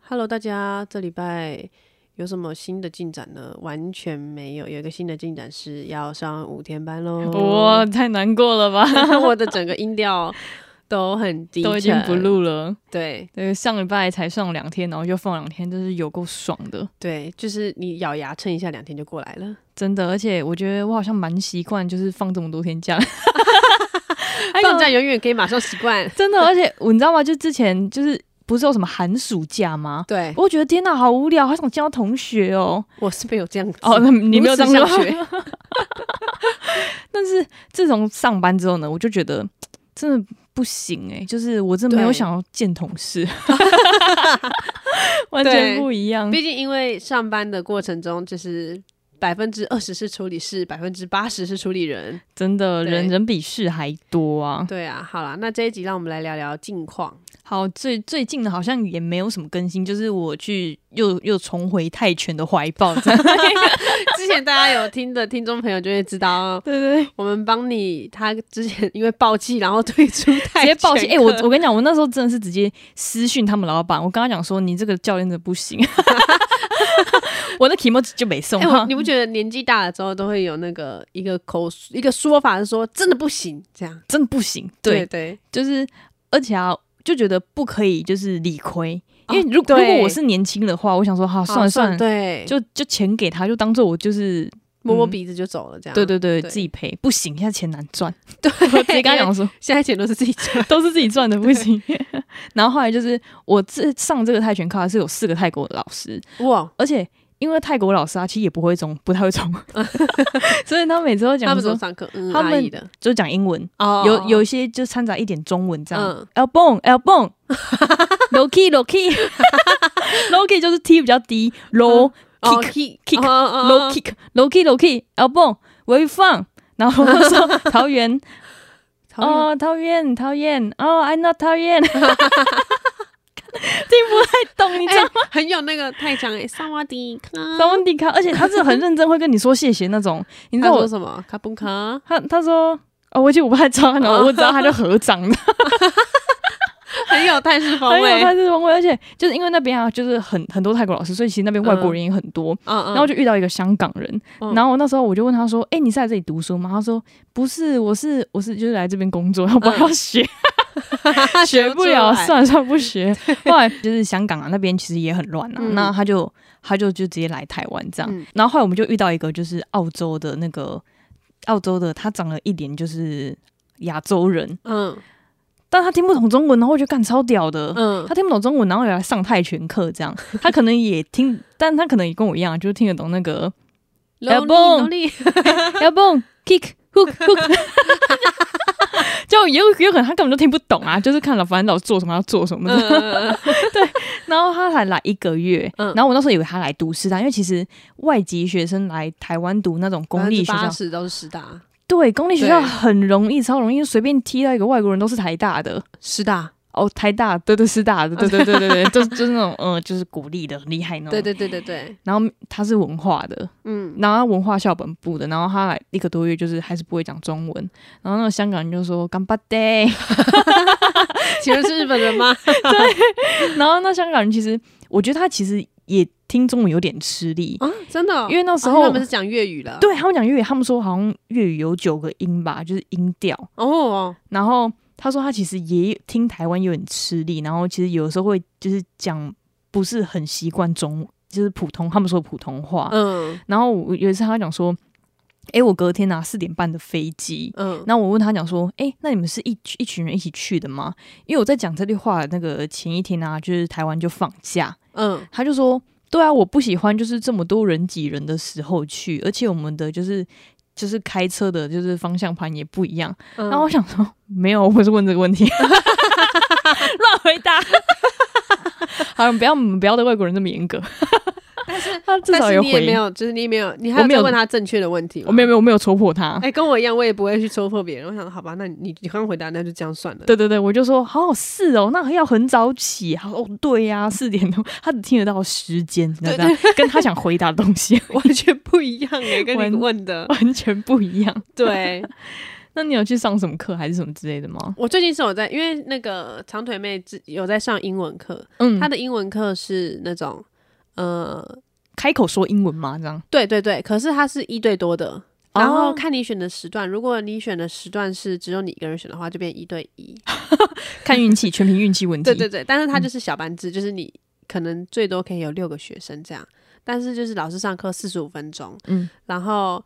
Hello，大家，这礼拜有什么新的进展呢？完全没有，有一个新的进展是要上五天班喽。哇，太难过了吧， 我的整个音调都很低沉，都已经不录了。对对，上礼拜才上两天，然后又放两天，真是有够爽的，对，就是你咬牙撑一下，两天就过来了。真的。而且我觉得我好像蛮习惯，就是放这么多天 假。有放假永远可以马上习惯。真的，而且我你知道吗？就之前就是不是有什么寒暑假吗？对，我觉得天哪，好无聊，好想见到同学哦。我是没有这样子哦，那你没有这样如 此说上学。但是自从上班之后呢，我就觉得真的不行哎、就是我真的没有对想要见同事， 完全不一样。毕竟因为上班的过程中，就是百分之二十是处理事，百分之八十是处理人。真的，对人人比事还多啊。对啊，好啦，那这一集让我们来聊聊近况。好，最最近呢好像也没有什么更新，就是我去又又重回泰拳的怀 抱，这样 之前大家有听的听众朋友就会知道，对 对对。我们帮你他之前因为暴气，然后退出泰直接抱歉，拳哎、我课我跟你讲，我那时候真的是直接私讯他们老板，我跟他讲说，你这个教练真的不行， 我的题目就没送哎、哈我你不觉得年纪大了之后都会有那个一个口一个说法是说真的不行这样？真的不行，对，对，就是而且啊，就觉得不可以就是理亏，因为哦如如果对我是年轻的话，我想说，好，好算了算了，哦对，就就就钱给他，就当做我就是，摸摸嗯鼻子就走了这样。对对对，啊对自己赔，不行，现在钱难 赚，对，我直接跟他讲说，现在钱都是自己赚。都是自己赚的，不行。 然后后来就是我这上这个泰拳课啊是有四个泰国的老师， 哇，而且。因为泰国老师啊，其实也不会中，不太 会中，所以他每次都他讲们怎说么，上课？嗯，他阿们姨的就讲英文，哦有有一些就掺杂一点中文这样。嗯 L bone L bone low key low key low key 就是 T 比较低 low 哦 kick kick kick， low low kick low key low key L bone where you from？然后我 说桃园哦，桃园桃园哦，I not 桃园，听 不太懂，你知道吗？哎很有那个太强哎，萨瓦迪 卡，萨文迪卡，而且他是很认真会跟你说谢谢那种，你知他道说我什么？卡 布卡，他他说。哦，我记得我不太知道，然后我只知道他就合掌，很有泰式风很有味。泰式风味，而且就是因为那边啊，就是很很多泰国老师，所以其实那边外国人也很多。嗯嗯，然后就遇到一个香港人，嗯然后我那时候我就问他说：“哎、你是来这里读书吗？”他说：“不是，我是我是就是来这边工作，要嗯不要 学？学不了，算算了算了，不学。”后来就是香港啊那边其实也很乱啊，嗯那他就他就就直接来台湾这样。嗯然后后来我们就遇到一个就是澳洲的那个澳洲的，他长了一脸就是亚洲人，嗯但他听不懂中文，然后我就干超屌的，嗯他听不懂中文，然后也来上泰拳课，这样他可能也听，但他可能也跟我一样，就是听得懂那个 ，lonely Elbow lonely，要不 kick hook hook，就也有也有可能他根本就听不懂啊，就是看了反正老师做什么要做什么的。嗯 然后他才来一个月，嗯然后我那时候以为他来读师大，因为其实外籍学生来台湾读那种公立学八校，十都是师大，对公立学校对很容易，超容易随便踢到一个外国人都是台大的。师大，哦，台大，对对，师大的，对对对对对，就是就是那种，嗯、就是鼓励的，很厉害那种。对对对对对，然后他是文化的，嗯，然后他文化校本部的，然后他来一个多月，就是还是不会讲中文。然后那个香港人就说“干巴爹 请问是日本人吗？”，然后那香港人其实，我觉得他其实也听中文有点吃力，啊，真的哦，因为那时哦因候、为他们是讲粤语了，，对他们讲粤语，他们说好像粤语有九个音吧，就是音调。哦，然后他说他其实也听台湾有点吃力，然后其实有时候会就是讲不是很习惯中，就是普通他们说普通话。嗯然后我有一次他讲说，诶，我隔天拿四点半的飞机。嗯，那我问他讲说，诶，那你们是一一群人一起去的吗？因为我在讲这句话的那个前一天啊，就是台湾就放假，嗯他就说，对啊，我不喜欢就是这么多人挤人的时候去，而且我们的就是就是开车的就是方向盘也不一样。嗯，然后我想说，没有，我不是问这 个问题，乱回答。好，不要不要对外国人这么严格，但是 他至但少是有你也回没应。有，就是你也没有，你还我没在有问他正确的问题吗，我没有没有我没有戳破他，哎、跟我一样，我也不会去戳破别人。我想，好吧，那你你刚刚回答，那就这样算 了。对对对，我就说好是哦，那要很早起。他说哦，对呀、四点多，他只听得到时间，你知道吗？跟他想回答的东西 完全不一样哎、跟完 你问的。完全不一样。对，那你有去上什么课还是什么之类的吗？我最近是有在，因为那个长腿妹自有在上英文课，嗯，她他的英文课是那种，呃，开口说英文吗？这样，对对对，可是它是一对多的，然后哦看你选的时段。如果你选的时段是只有你一个人选的话，就变一对一。哦看运气，全凭运气问题。对对对，但是它嗯就是小班制，就是你可能最多可以有六个学生这样，但是就是老师上课四十五分钟，嗯，然后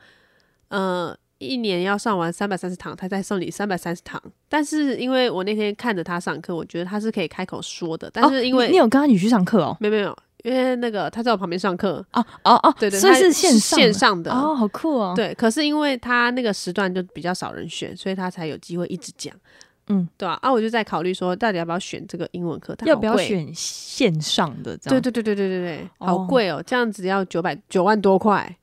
呃一年要上完三百三十堂，他再送你三百三十堂。但是因为我那天看着他上课，我觉得他是可以开口说的，但哦是因你为、你有跟他女去上课哦，没有没有，因为那个他在我旁边上课，哦哦哦，啊对对，所以他是线上线的上的哦，好酷哦。，对，可是因为他那个时段就比较少人选，所以他才有机会一直讲。嗯，对啊，啊，我就在考虑说，到底要不要选这个英文课？它要好不要贵？选线上的这对样？对对对对对对，好哦贵哦，这样子要九百九万多块。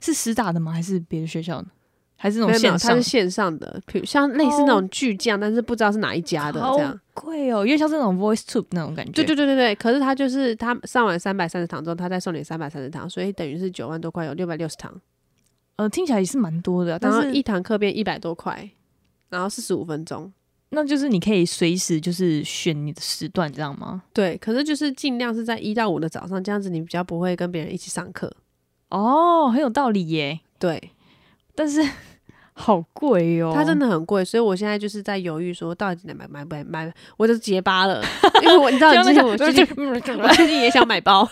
是师大的吗？还是别的学校的？还是那没种有没有，线它上是？线上的，比如像类似那种巨匠，但是不知道是哪一家的好这样。贵哦，因为像这种 Voice Tube 那种感觉。对对对对对，可是他就是他上完三百三十堂之后，他再送你三百三十堂，所以等于是九万多块，有六百六十堂，呃，听起来也是蛮多的啊，然但后是一堂课变一百多块，然后四十五分钟。那就是你可以随时就是选你的时段，这样吗？对，可是就是尽量是在一到五的早上，这样子你比较不会跟别人一起上课。哦，很有道理耶，对，但是好贵哦，它真的的很贵，所以我现在就是在犹豫说，到底买买不买买，我都结巴了，因为我你知 道，就是我最近我最近也想买包，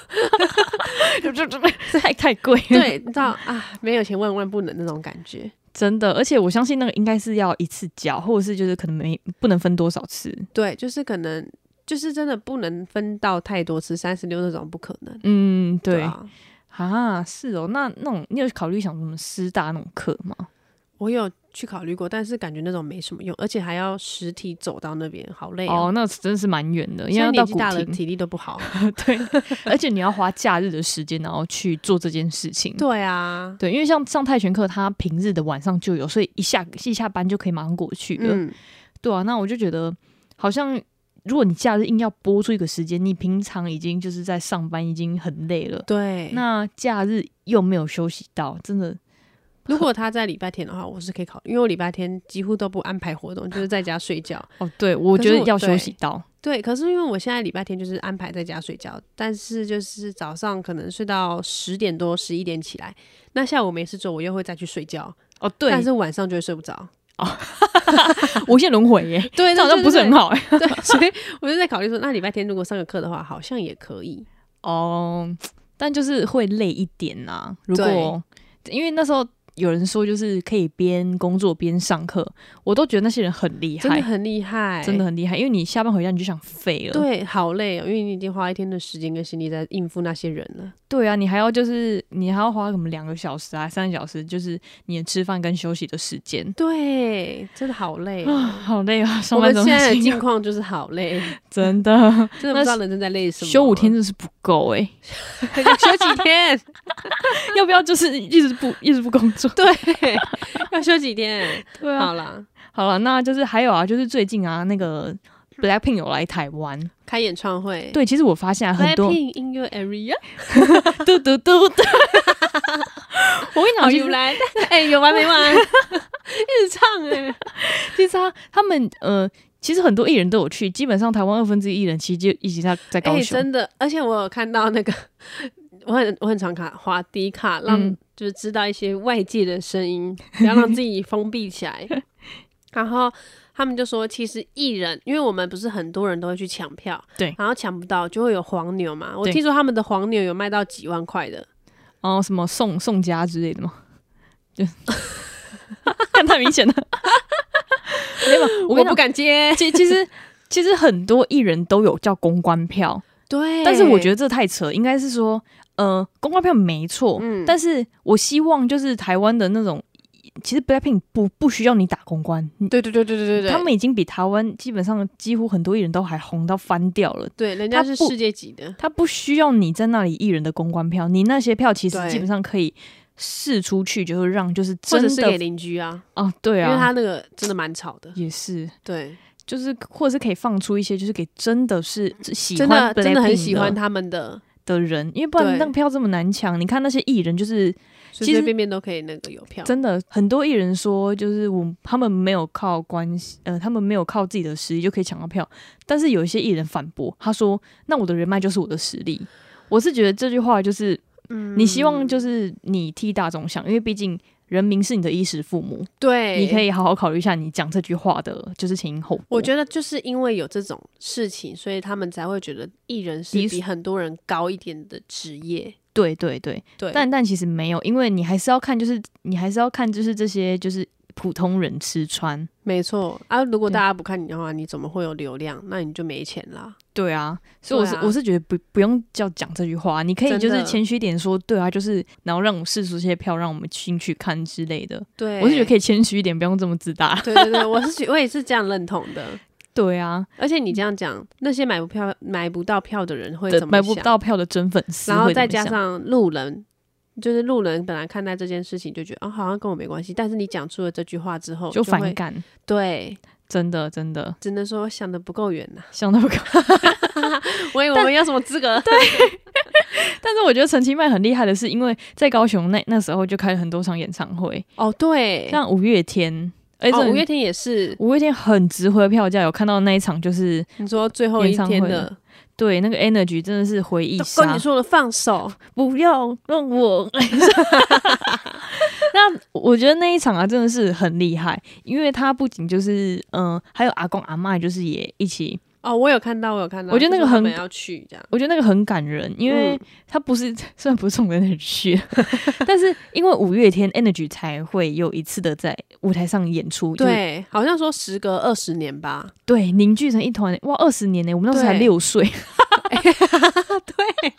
太太贵了，，对，你知道啊，没有钱万万不能那种感觉。真的，而且我相信那个应该是要一次缴，或者是就是可能没不能分多少次，对，就是可能就是真的不能分到太多次，三十六那种不可能。嗯，对啊，啊，是哦，那那种你有考虑想什么师大那种课吗？我有去考虑过，但是感觉那种没什么用，而且还要实体走到那边，好累哦哦。，那真是蛮远的，因现为在年要到纪古大了，亭，体力都不 好。对， 而且你要花假日的时间，然后去做这件事情，对啊，对，因为像上泰拳课，他平日的晚上就有，所以一下一下班就可以马上过去了。嗯，对啊，那我就觉得好像。如果你假日硬要播出一个时间，你平常已经就是在上班，已经很累了，对。那假日又没有休息到，真的如果他在礼拜天的话，我是可以考虑，因为我礼拜天几乎都不安排活动，就是在家睡觉。 哦，对我可觉是得我要休对息到，对，可是因为我现在礼拜天就是安排在家睡觉，但是就是早上可能睡到十点多、十一点起来，那下午没事做，我又会再去睡觉，哦，对，但是晚上就会睡不着。无限轮回 耶， 对，这好像不是很好。好哎。对， 所以我就在考虑说，那礼拜天如果上个课的话，好像也可以。哦，但就是会累一点啦、如对果因为那时候有人说就是可以边工作边上课，我都觉得那些人很厉真的害，很厉害，真的。很厉害，因为你下班回家你就想废了。对，好累哦，因为你已经花一天的时间跟心力在应付那些人了。对啊，你还要就是你还要花什么两个小时啊、三个小时，就是你的吃饭跟休息的时间 对，真的好累哦、啊，好累啊！上我班们怎现么在的行境啊况就是好累， 真的真的不知道人生在累什么。休五 天，真是不够哎、要休几天？要不要就是一直不一直不工作？ 对，要休几天？对啊，好啦，好了，那就是还有啊，就是最近啊，那个 Blackpink 有来台湾。开演唱会。对，其实我发现啊很多 Blackpink in your area，嘟嘟嘟 的，我跟你讲，好哦其有实 来，哎，有完没完？ 一直唱哎，其实啊，他们呃，其实很多艺人都有去，基本上台湾二分之一艺人其实就一直在在高哎，雄。真的，而且我有看到那个，我很我很常看滑低卡，让嗯就是知道一些外界的声音，不要让自 己封闭起来。然后他们就说，其实艺人，因为我们不是很多人都会去抢票，对然后抢不到就会有黄牛嘛。我对听说他们的黄牛有卖到几万块的，然后什么宋宋佳之类的吗？就 看太明显了。 没有，我我跟你不讲，敢接。 其其实其实很多艺人都有叫公关票，对，但是我觉得这太扯，应该是说，呃，公关票没错，嗯但是我希望就是台湾的那种，其实 Blackpink 不不需要你打公关，你对对对对对对对，他们已经比台湾基本上几乎很多艺人都还红到翻掉了。对人家他是不世界级的，他不需要你在那里艺人的公关票，你那些票其实对基本上可以试出去，就是让就是或真者是给的邻居啊，哦，对因为他啊，那个真的蛮吵的。也是，对，就是或者是可以放出一些就是给真的是喜真欢的真的很 Blackpink 喜欢他们的，的人，因为不然对那个票这么难抢，你看那些艺人就是随随便便都可以那个邮票。真的很多艺人说，就是我他们没有靠关系，呃，他们没有靠自己的实力就可以抢到票。但是有一些艺人反驳，他说：“那我的人脉就是我的实力。”我是觉得这句话就是，嗯你希望就是你替大众想，因为毕竟人民是你的衣食父母，对，你可。以好好考虑一下你讲这句话的就是前因后果。我觉得就是因为有这种事情，所以他们才会觉得艺人是的比很多人高一点的职业。对对对，对，但但其实没有，因为你还是要看，就是你还是要看，就是这些就是普通人吃穿。没错啊，如果对大家不看你的话，你怎么会有流量？那你就没钱啦。对啊，所以我是、对啊我是觉得不不用叫讲这句话，你可以真的就是谦虚一点说，对啊，就是然后让我们试出这些票，让我们进去看之类的。对，我是觉得可 以。以谦虚一点，不用这么 自大。对对对，我是觉我也是这样认同的。对啊，而且你这样讲，那些买不票、买不到票的人会对怎么买想？不到票的真粉丝然后会怎再么想，加上路人，就是路人本来看待这件事情就觉得啊、好像跟我没关系，但是你讲出了这句话之后就会反感，对，真的真的只能说想的不够远 呐、想到不敢。我 以为我们有什么资 格？对，但是我觉得陈其迈很厉害的是，因为在高雄那那时候就开了很多场演唱会，哦对，像五月天，而且哦很五月天也是，五月天很值回票价，有看到那一场就是你说最后一演唱天会的，对那个 energy 真的是回忆都跟杀你，说了放手，不要让我。 那我觉得那一场啊真的是很厉害，因为他不仅就是嗯、呃还有阿公阿�妈就是也一起，哦，我有看到，我有看到，我觉得那个就是他很们要去这样，我觉得那个很感人，因为嗯他不是、 虽然不是从人很去，但是因为五月天 energy 才会有一次的在舞台上演出，就是对，好像说时隔二十年 吧，对凝聚成一团哇二十年呢，我们那时候才对六岁，对，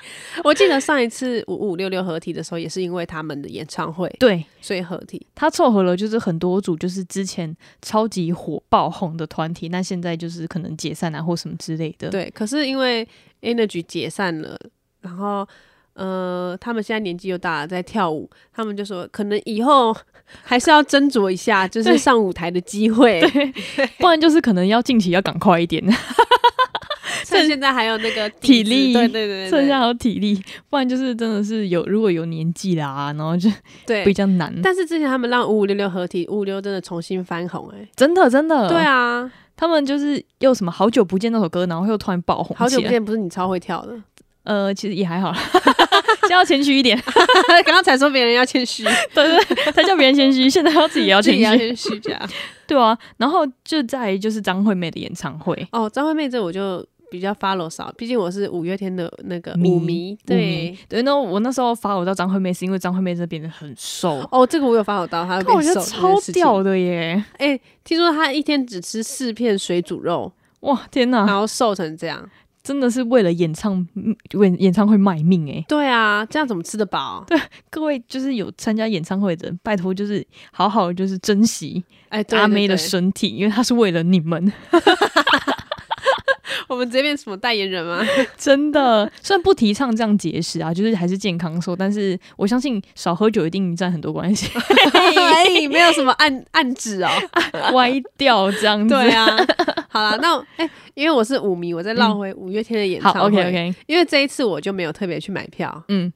我记得上一次五五六六合体的时候，也是因为他们的演唱会，对。所以合体。他凑合了就是很多组，就是之前超级火爆红的团体，那现在就是可能解散啊或什么之类的。，对，可是因为 Energy 解散了，然后呃，他们现在年纪又大了，在跳舞，他们就说可能以后 还是要斟酌一下，就对是上舞台的机会。不然就是可能要近期要赶快一点， 趁现在还有那个底体子力对对对对，剩下有体力，不然就是真的是有如果有年纪啦、然后就比对。较难。但是之前他们让五五六六合体，五五六真的重新翻红哎、真的真的，对，啊，他们就是又什么好久不见那首歌，然后又突然爆红好久起不来。见，不是你超会跳的，呃，其实也还好啦， 先要谦虚一点， 刚刚才说别人要谦虚，对对对，他叫别人谦虚，现在要自己也要自谦己要虚，谦虚这样。对啊。然后就在于就是张惠妹的演唱会， 哦，张惠妹这我就比较 follow 少，毕竟我是五月天的那个迷舞迷，对舞迷对，那我那时候发我到张惠妹，是因为张惠妹真的变得很瘦，啊哦，这个我有发到，他看我觉得超屌的。的耶！哎、听说他一天只吃四片水煮肉，哇，天然哪，后瘦成这样。真的是为了演唱嗯为演唱会卖命哎！对啊，这样怎么吃得饱？各位就是有参加演唱会的人，拜托就是好好就是珍惜哎、对阿妹的，对身体，因为她是为了你 们，对我们直接变什么代言人 吗？真的。虽然不提倡这样节食啊，就是还是健康瘦，但是我相信少喝酒一定占很多关系， 哎，没有什么暗暗指哦。歪掉这样子。对啊，好啦，那哎、因为我是舞迷，我再绕回五月天的演嗯好唱会。 ，OK OK，因为这一次我就没有特别去买票，嗯，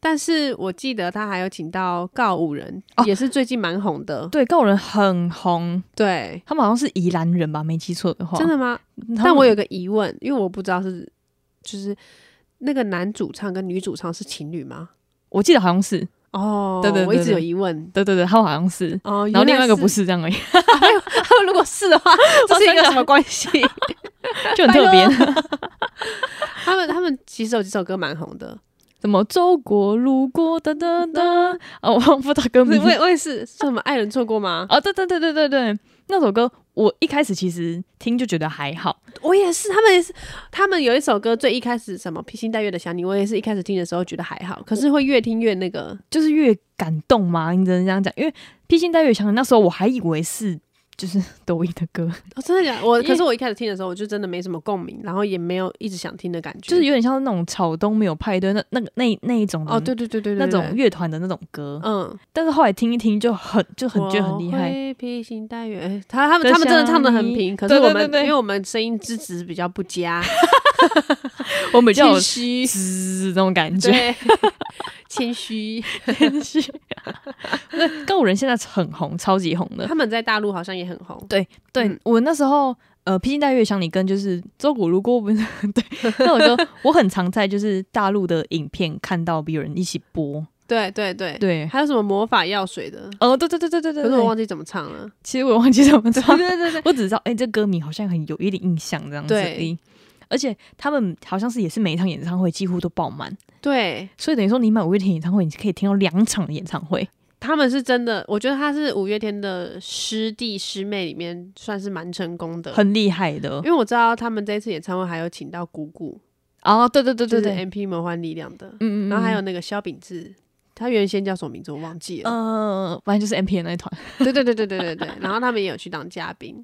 但是我记得他还有请到告五人，哦也是最近蛮红的。对，告人很红，对，他们好像是宜兰人吧，没记错的话。嗯真的吗？他们，但我有个疑问，因为我不知道是就是那个男主唱跟女主唱是情侣吗？我记得好像是，哦，对对对我一直对有疑问。对对对，他好像是，哦，然后另外一个 不是，是这样而已，如果是的话，啊这是一 个什么关系？就很特别。 他们他们其实有几首歌蛮红的，怎么走过路过哒哒 哒，哦，我忘不到歌不 是名我。也我也是，是什么爱人错过吗？哦，对对对对对对，那首歌我一开始其实听就觉得还好，我也是，他们也是，他们有一首歌最一开始什么披星戴月的想你，我也是一开始听的时候觉得还好，可是会越听越那个，就是越感动嘛，你只能这样讲。因为《披星戴月》想，那时候我还以为是就是 抖音的歌，哦、真的假的？我因为可是我一开始听的时候，我就真的没什么共鸣，然后也没有一直想听的感觉，就是有点像那种草东没有派对那那个那那一种的哦，对对对对对，那对种乐团的那种歌，嗯，但是后来听一听就很就很觉得很厉害我。会披星戴月，哎他他们的他们真的想唱的很你平，可是对对我们对对 因为我们声音资质比较不佳，我每叫我谦虚，滋那种感 觉，对，谦虚。谦虚。对，告五人现在很红，超级红的。他们在大陆好像也很红，对，对、嗯我那时候呃，披星戴月想你跟就是周古如锅不是 对，那我就我很常在就是大陆的影片看到有人一起播，对对对，对，还有什么魔法药水的，哦，对对对对对对可是我对，忘记怎么唱 了。其实我忘记怎么唱，对对对，我只知道哎、这歌名好像很有一点印象这样子对而已。而且他们好像是也是每一场演唱会几乎都爆满，对，所以等于说你买五月天演唱会，你可以听到两场的演唱会。他们是真的，我觉得他是五月天的师弟师妹里面算是蛮成功的，很厉害的因。为我知道他们这次演唱会还有请到姑姑，哦，对对对就对是对， MP 魔幻力量的，嗯嗯嗯，然后还有那个萧秉治，他原先叫什么名字我忘记了，呃，反正就是 M P 那一团， 对对对对对对对，然后他们也有去当嘉宾，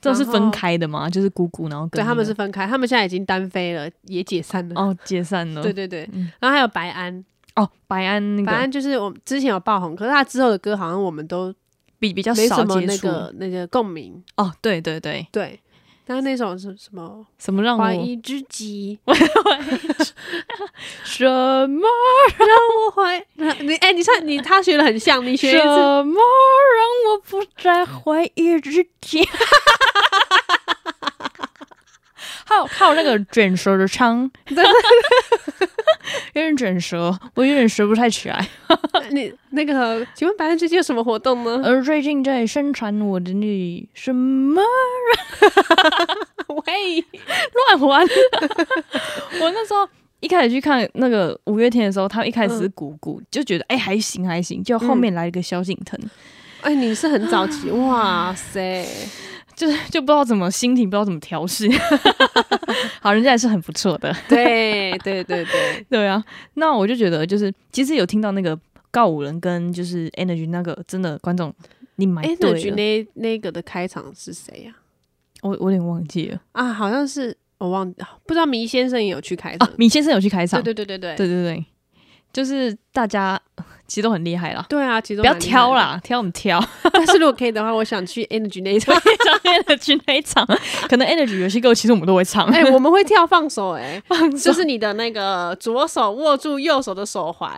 这种是然分后开的嘛，就是姑姑，然后跟对那他们个是分开，他们现在已经单飞了，也解散了，哦解散了，对对对嗯，然后还有白安，哦，白安那白个安就是我们之前有爆红，可是他之后的歌好像我们都比比较没少什么接那触个那个共鸣，哦，对对对，对。但是那首是什么？什么让怀我疑知己， 什么我怀你哎、你唱你他学的很像，你 学一什次。么让我不再怀疑之己？ 还有还有那个卷舌的唱，对对 有点卷舌，我有点舌不太起来。啊你那个，请问白安最近有什么活动呢？ 而最近在宣传我的那什么 喂，乱玩， 我那时候。一开始去看那个五月天的时候，他一嗯开始是鼓鼓，就觉得哎、还行还行，就后面来了一个萧敬腾，哎，你是很早 期，哇塞，就是就不知道怎么心情不知道怎么调试。 好，人家也是很不错的， 对对对对，对啊。那我就觉得就是其实有听到那个告五人跟就是 Energy 那个真的观众，你买哎，那对局了，那那个的开场是谁呀、我我有点忘记了啊？好像是我忘，不知道迷先生也有去开场，啊。米先生有去开场，对对对对对对对对，就是大家呃其实都很厉害啦，对啊，其中不要挑，啦，挑我们挑但是如果可以的话，我想去 Energy 那一 场。 Energy 那一场，可能 Energy 游戏歌其实我们都会唱，哎、我们会跳放手、哎， 放就松是你的那个左手握住右手的手 踝，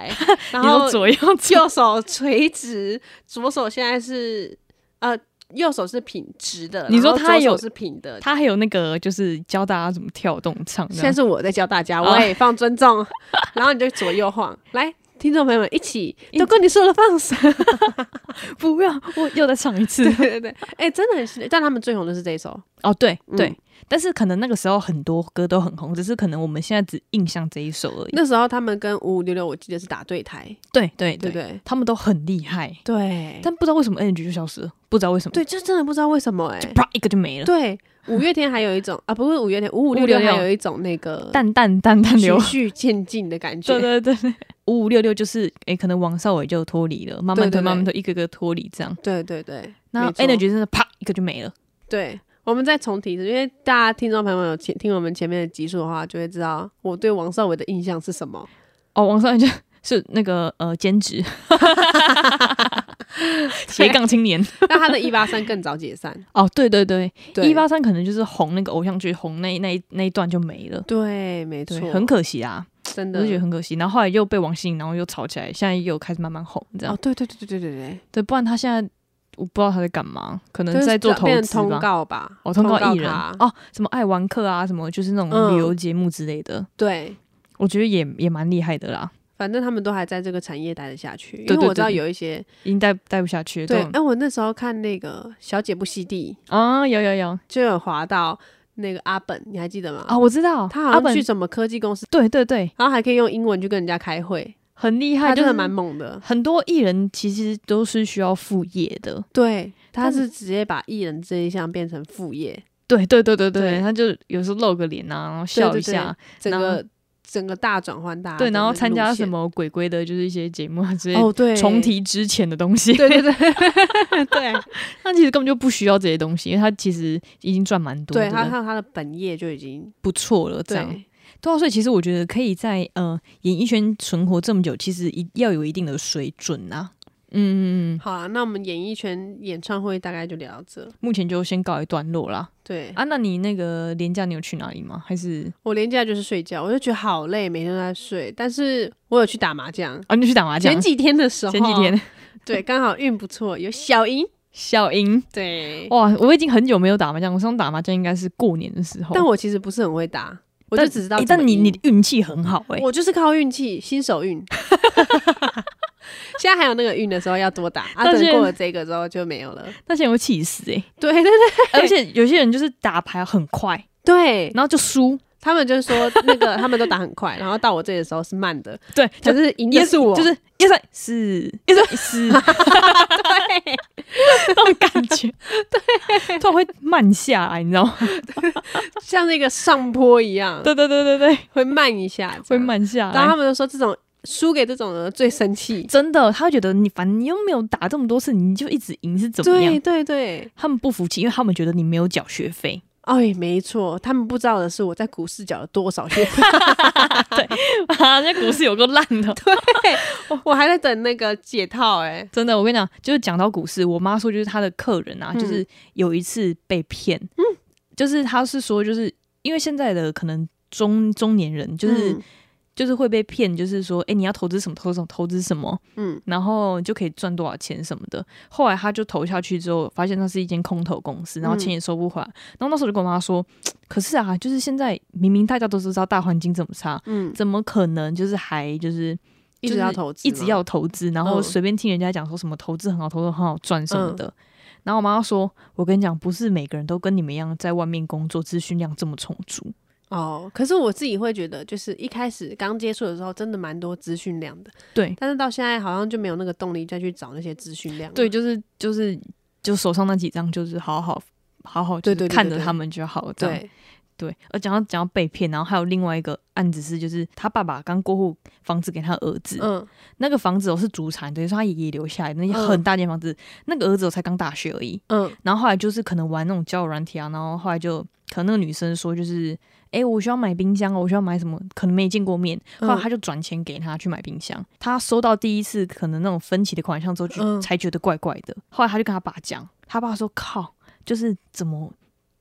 然 你后说左右左右手垂直，左手现在是呃，右手是平直的。你说然后他左手有是平的，他还有那个就是教大家怎么跳动唱这现在样，是我在教大家，哦我也放尊重， 然后你就左右晃，来。听众朋友们，一起一起都跟你说了放 手，不要我又再唱一次 对对对，哎、真的很新，但他们最红的是这一首，哦，对嗯对。但是可能那个时候很多歌都很红，只是可能我们现在只印象这一首而已。那时候他们跟五五六六，我记得是打对台，对对对对不对？他们都很厉害，对，但不知道为什么 energy 就消失了，不知道为什么，对，就真的不知道为什么哎、啪一个就没了，对，五月天还有一种啊，不是五月天，五五六六还有一种那个淡淡淡淡流循序渐进的感觉。对对对对，五五六六就是诶，可能王少伟就脱离了，慢慢对对推，对慢慢推，一个个脱离这样。对对对，那没错 energy 真的啪一个就没了。对，我们再重提一次，因为大家听众朋友们有前听我们前面的集数的话，就会知道我对王少伟的印象是什 么。哦，王少伟就是那个呃兼职斜杠青年。 那他的一八三更早解 散，哦，对对对，对一八三可能就是红那个偶像剧红那那一那一段就没了。对，没错对，，很可惜啊，真我的就觉得很可惜。然后后来又被王心凌，然后又吵起来，现在又开始慢慢红这样。哦，对对对对对对对，对，不然他现在我不知道他在干嘛，可能就是在做投变资成通吧。告吧，哦，通告艺人卡哦，什么爱玩客啊，什么就是那嗯种旅游节目之类的，对。我觉得也也蛮厉害的啦，反正他们都还在这个产业待得下去，因为对对我知道对对有一些已经待待不下去了。对，这种哎，我那时候看那个《小姐不吸地》，啊，有有有就有滑到那个阿本，你还记得吗？啊，我知道，他好阿像本去，什么科技公司，对对对，然后还可以用英文去跟人家开会，很厉害，他就真是的蛮猛的。很多艺人其实都是需要副业的，对，他但是直接把艺人这一项变成副业，对对对对对，对他就有时候露个脸啊，然后笑一下，整然后个整个大转换大对，然后参加什么么鬼鬼的，就是一些节目啊之类的。哦，对，重，提之前的东西，对对对 对 他其实根本就不需要这些东西，因为他其实已经赚蛮多对，的，他看他的本业就已经不错了。这样，对对啊，所以其实我觉得可以在呃演艺圈存活这么久，其实一要有一定的水准啊。嗯嗯嗯，好啊，那我们演艺圈演唱会大概就聊到这。目前就先告一段落啦。对啊，那你那个廉假你有去哪里吗？还是我连假就是睡觉，我就觉得好累，每天都在睡。但是我有去打麻将，啊，你去打麻将？前几天的时候，前几 天对，刚好运不错，有小赢。小赢对，哇！我已经很久没有打麻将，我上次打麻将应该是过年的时候。但我其实不是很会打，我就但只知道诶怎么但你赢你运气很好哎、我就是靠运气，新手运。 现在还有那个运的时候要多打，啊，但是等过了这个之后就没有 了。那现在会气死 哎、对对对而且有些人就是打牌很快，对，然后就输，他们就是说那个他们都打很快，然后到我这里的时候是慢的，对，可就是赢也的是我，就是一三四一三四 对，那种感觉，对， 突然会慢下来，你知道吗？ 像那个上坡一样，对对对对对，会慢一下， 会。慢下然后他来。们就说这种输给这种人最生气，真的，他会觉得你反正你又没有打这么多次，你就一直赢是怎么对样？对对，他们不服气，因为他们觉得你没有缴学费。 哎，没错，他们不知道的是我在股市缴了多少学费，啊，那股市有够烂 的。 我还在等那个解套，哎，真的，我跟你讲，就是讲到股市，我妈说就是她的客人啊，嗯就是有一次被骗，嗯，就是她是说，就是因为现在的可能中中年人，就是、嗯就是会被骗，就是说，哎、你要投资什么，投资什么，投资什么，嗯，然后就可以赚多少钱什么的。后来她就投下去之后，发现那是一间空头公司，然后钱也收不回来。然后那时候就跟我妈说，可是啊，就是现在明明大家都知道大环境这么差，嗯，怎么可能就是还就是一直就是要投资，一直要投资，然后嗯随便听人家讲说什么投资很好，投资很好赚什么的。然后我妈说：“我跟你讲，不是每个人都跟你们一样在外面工作，资讯量这么充足。哦，可是我自己会觉得，就是一开始刚接触的时候，真的蛮多资讯量的，对但是到现在好像就没有那个动力再去找那些资讯量了。”对，就是就是就手上那几张，就是好好好好对就对是对看对着对他们就好了。这样对，对。而讲到讲到被骗，然后还有另外一个案子是，就是他爸爸刚过户房子给他儿子，嗯那个房子哦我是祖产，等于说他爷爷留下来的那些嗯很大间房子，那个儿子我才刚大学而已。嗯然后后来就是可能玩那种交友软体啊，然后后来就可能那个女生说就是，哎、我需要买冰箱哦，我需要买什么，可能没见过面，后嗯来他就转钱给她去买冰箱。他收到第一次可能那种分期的款项之后，就、嗯才觉得怪怪的。后来他就跟他爸讲，他爸说靠，就是怎么。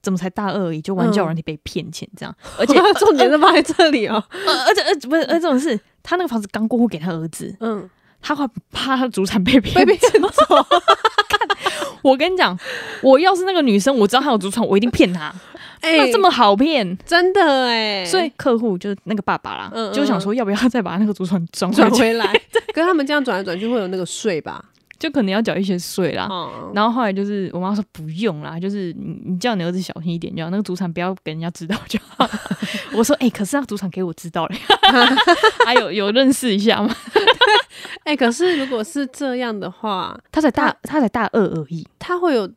怎么才大二而已就玩交友软体被骗钱 这样，而且重点是放在这里 哦。呃而且呃不是，而这种是他那个房子刚过户给他儿子，嗯，他怕怕他的主产被 骗被骗走，我跟你讲，我要是那个女生，我知道她有祖传，我一定骗 她。哎、那这么好骗，真的哎、所以客户就是那个爸爸啦，嗯嗯就想说要不要再把那个祖传转回转去，回来，跟他们这样转来转去会有那个税吧？就可能要缴一些税啦。哦，然后后来就是我妈说不用啦，就是你你叫你儿子小心一点就好，那个祖产不要给人家知道就好。 我说哎、可是那个祖产给我知道了， 还有有认识一下吗？哎、可是如果是这样的话，他才大他才大二而已，他会有。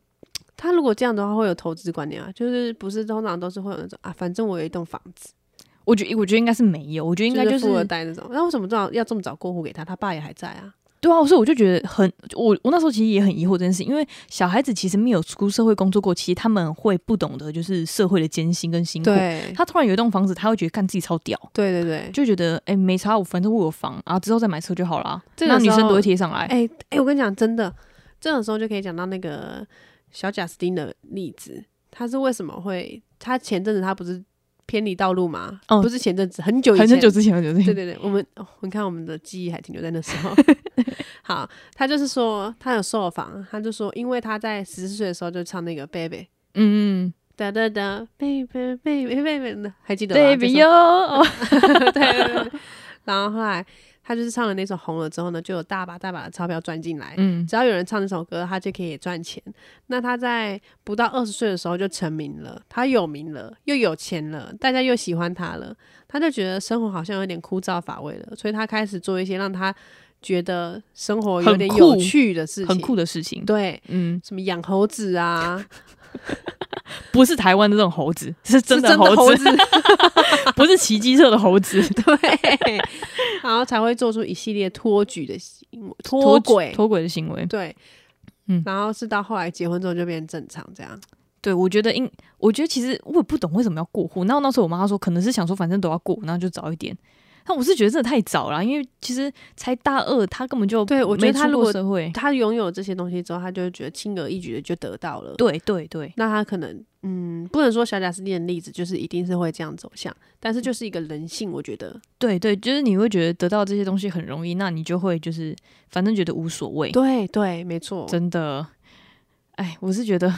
他如果这样的话，会有投资观念啊，就是不是通常都是会有那种啊，反正我有一栋房子，我觉我觉得应该是没有，我觉得应该就是富二代那种。那为什么这么要这么早过户给他？他爸也还在啊。对啊，所以我就觉得很，我我那时候其实也很疑惑这件事，因为小孩子其实没有出社会工作过，其实他们会不懂得就是社会的艰辛跟辛苦。对，嗯他突然有一栋房子，他会觉得干自己超屌，对对对。就觉得哎、没差，我反正我有房啊，之后再买车就好啦。这个那女时候生都会贴上来，哎哎、我跟你讲，真的，这种时候就可以讲到那个小贾斯汀的例子，他是为什么会？他前阵子他不是偏离道路嘛？哦不是前阵子，很久以前，很久之前，很久之对前，对对，我们、哦、你看我们的记忆还停留在那时 候。好，他就是说他有受访，他就说，因为他在十四岁的时候就唱那个 baby。嗯嗯哒哒哒，baby baby baby，还记得吗这，baby 首哟，哦 对对对对。然后后来他就是唱了那首红了之后呢，就有大把大把的钞票赚进来。嗯，只要有人唱这首歌，他就可以赚钱。那他在不到二十岁的时候就成名了，他有名了，又有钱了，大家又喜欢他了，他就觉得生活好像有点枯燥乏味了，所以他开始做一些让他觉得生活有点很酷有趣的事情，很酷的事情，对，嗯，什么养猴子啊，不是台湾的这种猴子， 是 真是的真的猴猴子， 不是骑机车的猴 子， 对， 然后才会做出一系列托举的行为脱轨，脱轨的行为，对，嗯然后是到后来结婚之后就变正常这样，对，我觉得应，我觉得其实我也不懂为什么要过户。然后那时候我妈说，可能是想说反正都要过，然后就早一点。但我是觉得真的太早了，因为其实才大二，他根本就对我觉得没他出如过果社会，他拥有这些东西之后，他就会觉得轻而易举的就得到了。对对对，那他可能，嗯，不能说小贾斯汀的例子就是一定是会这样走向，但是就是一个人性，我觉得对对，就是你会觉得得到这些东西很容易，那你就会就是反正觉得无所谓，对对，没错，真的。哎，我是觉得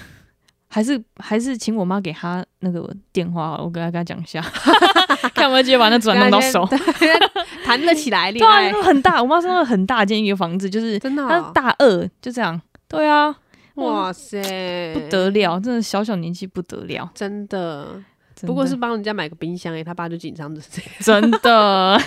还是还是请我妈给他那个电话好了，我跟他跟他讲一 下， 看有没有机会把那转啊弄到手。 谈得起来对恋啊，爱那，个很大，我妈说那个很大间一个房子，就是真的她哦、大二就这样。对啊，哇塞，不得了，真的小小年纪不得了。真的。真的不过是帮人家买个冰箱诶、欸他爸就紧张的这样，真 的，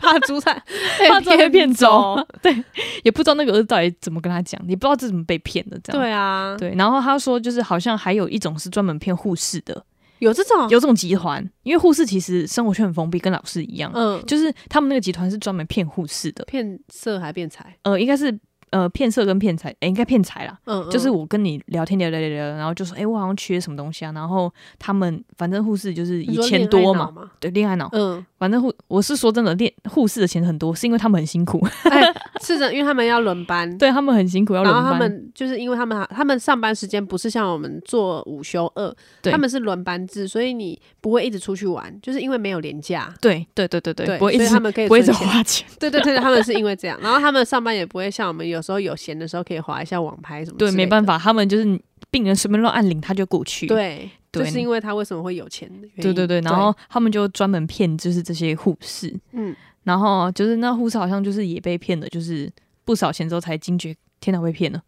怕猪仔怕被骗走。对，也不知道那个儿子到底怎么跟他讲，也不知道这怎么被骗的，这样。对啊，对，然后他说，就是好像还有一种是专门骗护士的，有这种，有这种集团，因为护士其实生活圈很封闭，跟老师一样，嗯，就是他们那个集团是专门骗护士的，骗色还骗财，呃，应该是呃骗色跟骗财，诶、应该骗财啦。嗯，嗯就是我跟你聊天聊聊聊聊，然后就说，诶、我好像缺什么东西啊。然后他们反正护士就是以你说钱恋爱多脑嘛，嘛，对，恋爱脑。嗯，反正护我是说真的，恋护士的钱很多，是因为他们很辛苦，哎， 是的，因为他们要轮班，对他们很辛苦要轮然后他班，们就是因为他们他们上班时间不是像我们做午休二，对他们是轮班制，所以你不会一直出去玩，就是因为没有年假，对对对对对，对，不会一所以直他们可以不会一直存钱。花钱，对对对，对他们是因为这样，然后他们上班也不会像我们有时候有闲的时候可以划一下网拍什么，对，没办法，法，他们就是病人随便乱按铃，他就过去。对，对就是因为他为什么会有钱的原因，对对对，然后他们就专门骗就是这些护士，嗯，然后就是那护士好像就是也被骗了，就是不少钱之后才惊觉，天哪，被骗了。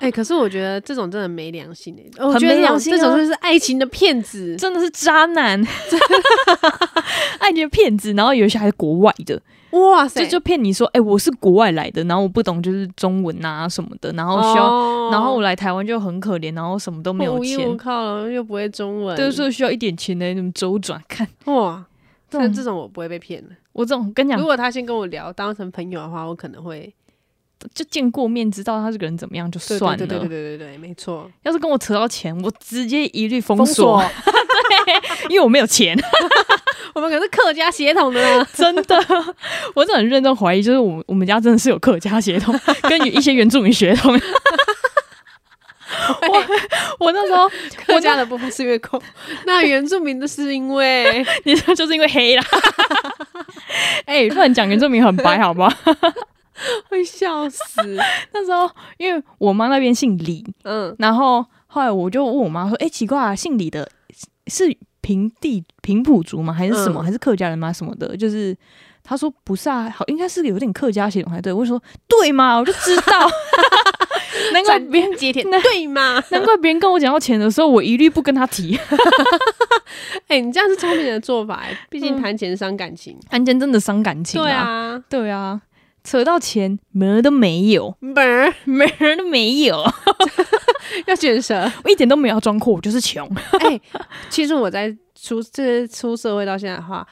哎，可是我觉得这种真的没良心哎，我很觉得没这种良心啊这种就是爱情的骗子，真的是渣男， 爱你的骗子，然后有一些还是国外的，哇塞，就就骗你说，哎、我是国外来的，然后我不懂就是中文啊什么的，然后需要，哦然后我来台湾就很可怜，然后什么都没有无哦依无钱，靠了，又不会中文，对，所以需要一点钱来那种周转。看，哇。这但种这种我不会被骗的。我这种跟你讲如，果他先跟我聊，当成朋友的话，我可能会就见过面，知道他这个人怎么样就对算了。对对对对对对，没错，要是跟我扯到钱，我直接一律封 锁，封因为我没有 钱，我们可是客家血统的 呢。真的，我真的很认真怀疑，就是我们我们家真的是有客家血统，跟一些原住民血 统。 我我那时候，客家的部分是因为空， 那原住民的是因为 你说就是因为黑啦， 哎、乱讲原住民很白，好不好？会笑死。 那时候因为我妈那边姓李，嗯，然后后来我就问我妈说：“哎、奇怪、啊，姓李的是平地平埔族吗？还是什么？嗯还是客家人吗？什么的？”就是她说：“不是啊，好，应该是有点客家血统才对。”我就说：“对嘛，我就知道。 难怪转别边人接天那对吗？难怪别人跟我讲要钱的时候，我一律不跟他提。哎、你这样是聪明的做法、哎毕竟嗯谈钱伤感情。案件真的伤感情、对啊，啊，对啊，扯到钱门儿都没有，门儿门儿都没有，要卷舌。 我一点都没有要装阔，我就是穷。 哎、其实我在出这出社会到现在的话，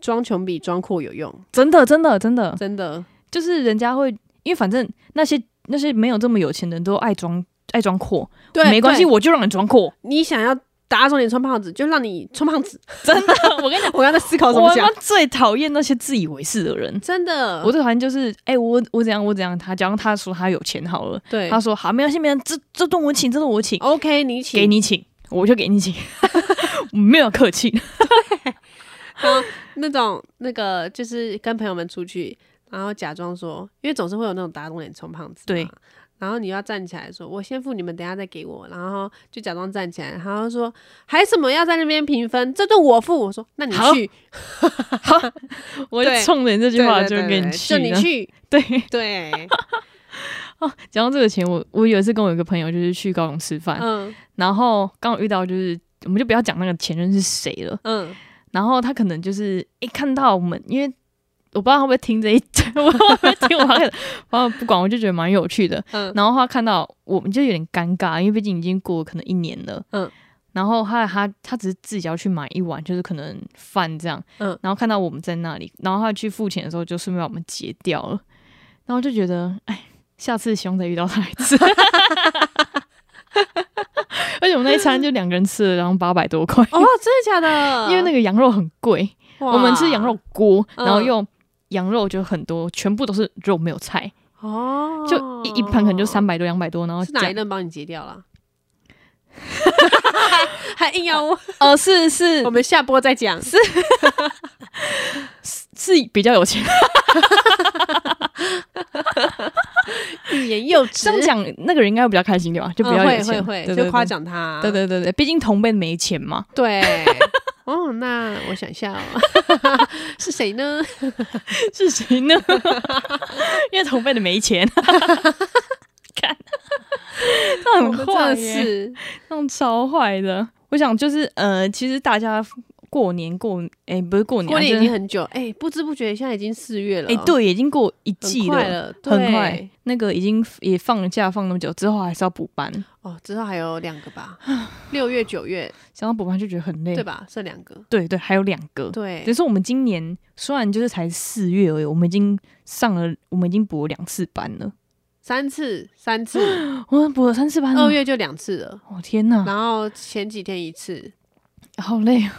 装穷比装阔有用，真的，真的，真的。”真的。就是人家会，因为反正那些那些没有这么有钱的人都爱装爱装阔，对，没关系，对我就让你装阔，你想要打肿脸充胖子，就让你充胖子。 真的，我 哦跟你讲，我刚才思考怎我么他讲妈，最讨厌那些自以为是的人。真的，我最讨厌就是，哎、我我怎样我怎样，他假如他说他有钱好了，对他说好没关系，没关系，这这顿我请，这顿我请， ，OK，你请给，你请，我就给你 请，没有客气。然后那种那个就是跟朋友们出去，然后假装说，因为总是会有那种打肿脸充胖子，对。然后你要站起来说：“我先付你们，等一下再给我。”然后就假装站起来，然后说：“还什么要在那边平分？这顿我付。”我说：“那你好去。我就对冲着你这句对”话对就对给对你就你了去。 对， 对，讲到这个钱，我我有一次跟我一个朋友就是去高雄吃饭，嗯然后刚好遇到就是，我们就不要讲那个前任是谁了。嗯，然后他可能就是一看到我们，因为我不知道他会不会听这一集， 我会不会听我的，然后不管，我就觉得蛮有趣的。嗯然后他看到我们就有点尴尬，因为毕竟已经过了可能一年了。嗯。然后他他他只是自己要去买一碗，就是可能饭这样。嗯。然后看到我们在那里，然后他去付钱的时候，就顺便把我们结掉了。然后就觉得，哎，下次希望再遇到他一次。 而且我们那一餐就两个人吃了，然后八百多块。哦，真的假的？因为那个个羊肉很贵，哇我们吃羊肉锅，嗯然后用羊肉就很多，全部都是肉没有菜，哦，就一一盘可能就三百多两百多，然后是哪一酱顿帮你结掉 了？还硬要问，呃是是我们下播再讲。是比较有钱，欲言又止，这样讲那个人应该会比较开心对吧？就比较嗯有会钱，会会，对就夸。啊奖他。对对对对对对，毕竟同辈没 钱嘛，对。 哦，那我想一下、哦，是谁呢？是 谁呢？因为同辈的没钱， 看，他我很们坏真的耶。是弄超坏的。我想就是呃，其实大家过年过哎、不是过年啊，过年就已是经很久，哎、不知不觉现在已经四月了，哎、，对，已经过一很季快了。了，很对快，那个已经也放假放那么久之后，还是要补班。哦，之后还有两个吧，六月、九月，想到补班就觉得很累，对吧？剩两个，对对还有两个。对只，是我们今年虽然就是才四月而已，我们已经上了，我们已经补了两次班了。三次，三次，我们补了三次班了。二，月就两次了，我、天哪，然后前几天一 次，好累啊！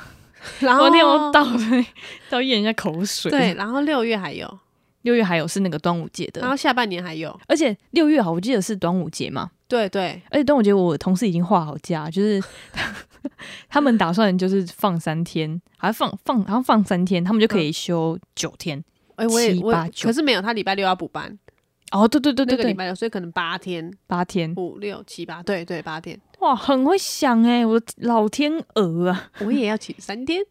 然后 我天，我倒了，倒咽一下口哦水。对，，啊然后六月还有，六月还有是那个端午节然的，后下半年还有，而且六月好，我记得是端午节嘛。对对，而且端午节我同事已经画好假，就是他 们打算就是放三天，还放放好像放三天，他们就嗯可以休九天。哎、我也七我八也九可是没有，他礼拜六要补班，哦，对对对对那个礼对，拜六，所以可能八天，八天，五六七八，对对，八 天，哇，很会想哎、我的老天鹅 啊，我也要请三天，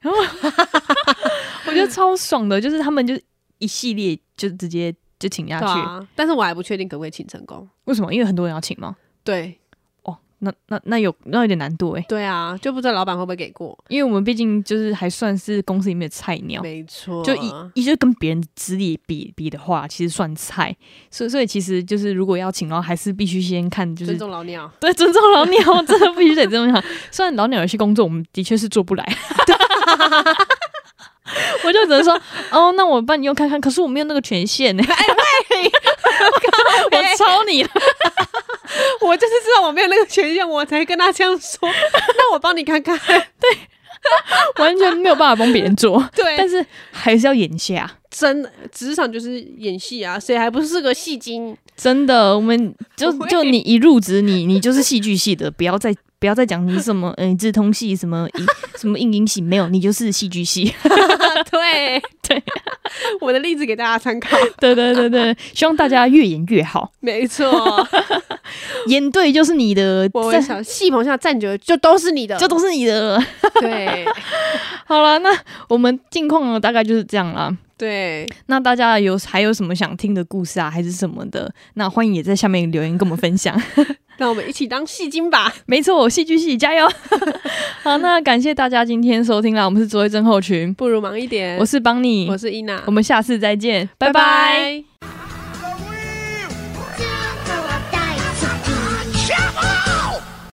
我觉得超爽的，就是他们就一系列就直接就请下对去，啊，但是我还不确定可不可以请成功，为什么？因为很多人要请嘛。对哦，那那那有那有点难度哎、对啊，就不知道老板会不会给过，因为我们毕竟就是还算是公司里面的菜鸟，没错，哦就一一就是跟别人资历比比的话，其实算菜。所以所以其实就是如果要请的话，还是必须先看就是尊重老鸟，对 尊重老鸟，真的必须得这么想。虽然老鸟有些工作我们的确是做不来， 我就只能说哦，那我帮你用看看，可是我没有那个权限呢、哎 我超你了， 我就是知道我没有那个权限，我才跟他这样 说。那我帮你看看，完全没有办法帮别人做，对但但是是还是要演下。真的职场就是演戏啊，谁还不是个戏精？真的，我们就喂就你一入职，你你就是戏剧系的，不要再不要再讲你什么嗯、呃、自通系什么什么应音系，没有，你就是戏剧系。 对啊啊对，我的例子给大家参考，对对对对，希望大家越演越好，没错。演对就是你的， 我在微笑，戏棚下站久了就都是你的，这都是你的。对好了，那我们近况呢，大概就是这样啦。对，那大家有还有什么想听的故事啊，还是什么的？那欢迎也在下面留言跟我们分享。 让我们一起当戏精吧。没错，戏剧系加油！ 好，那感谢大家今天收听啦，我们是卓一症候群，不如忙一点，我是邦尼，我是伊娜我，们下次再见，拜拜拜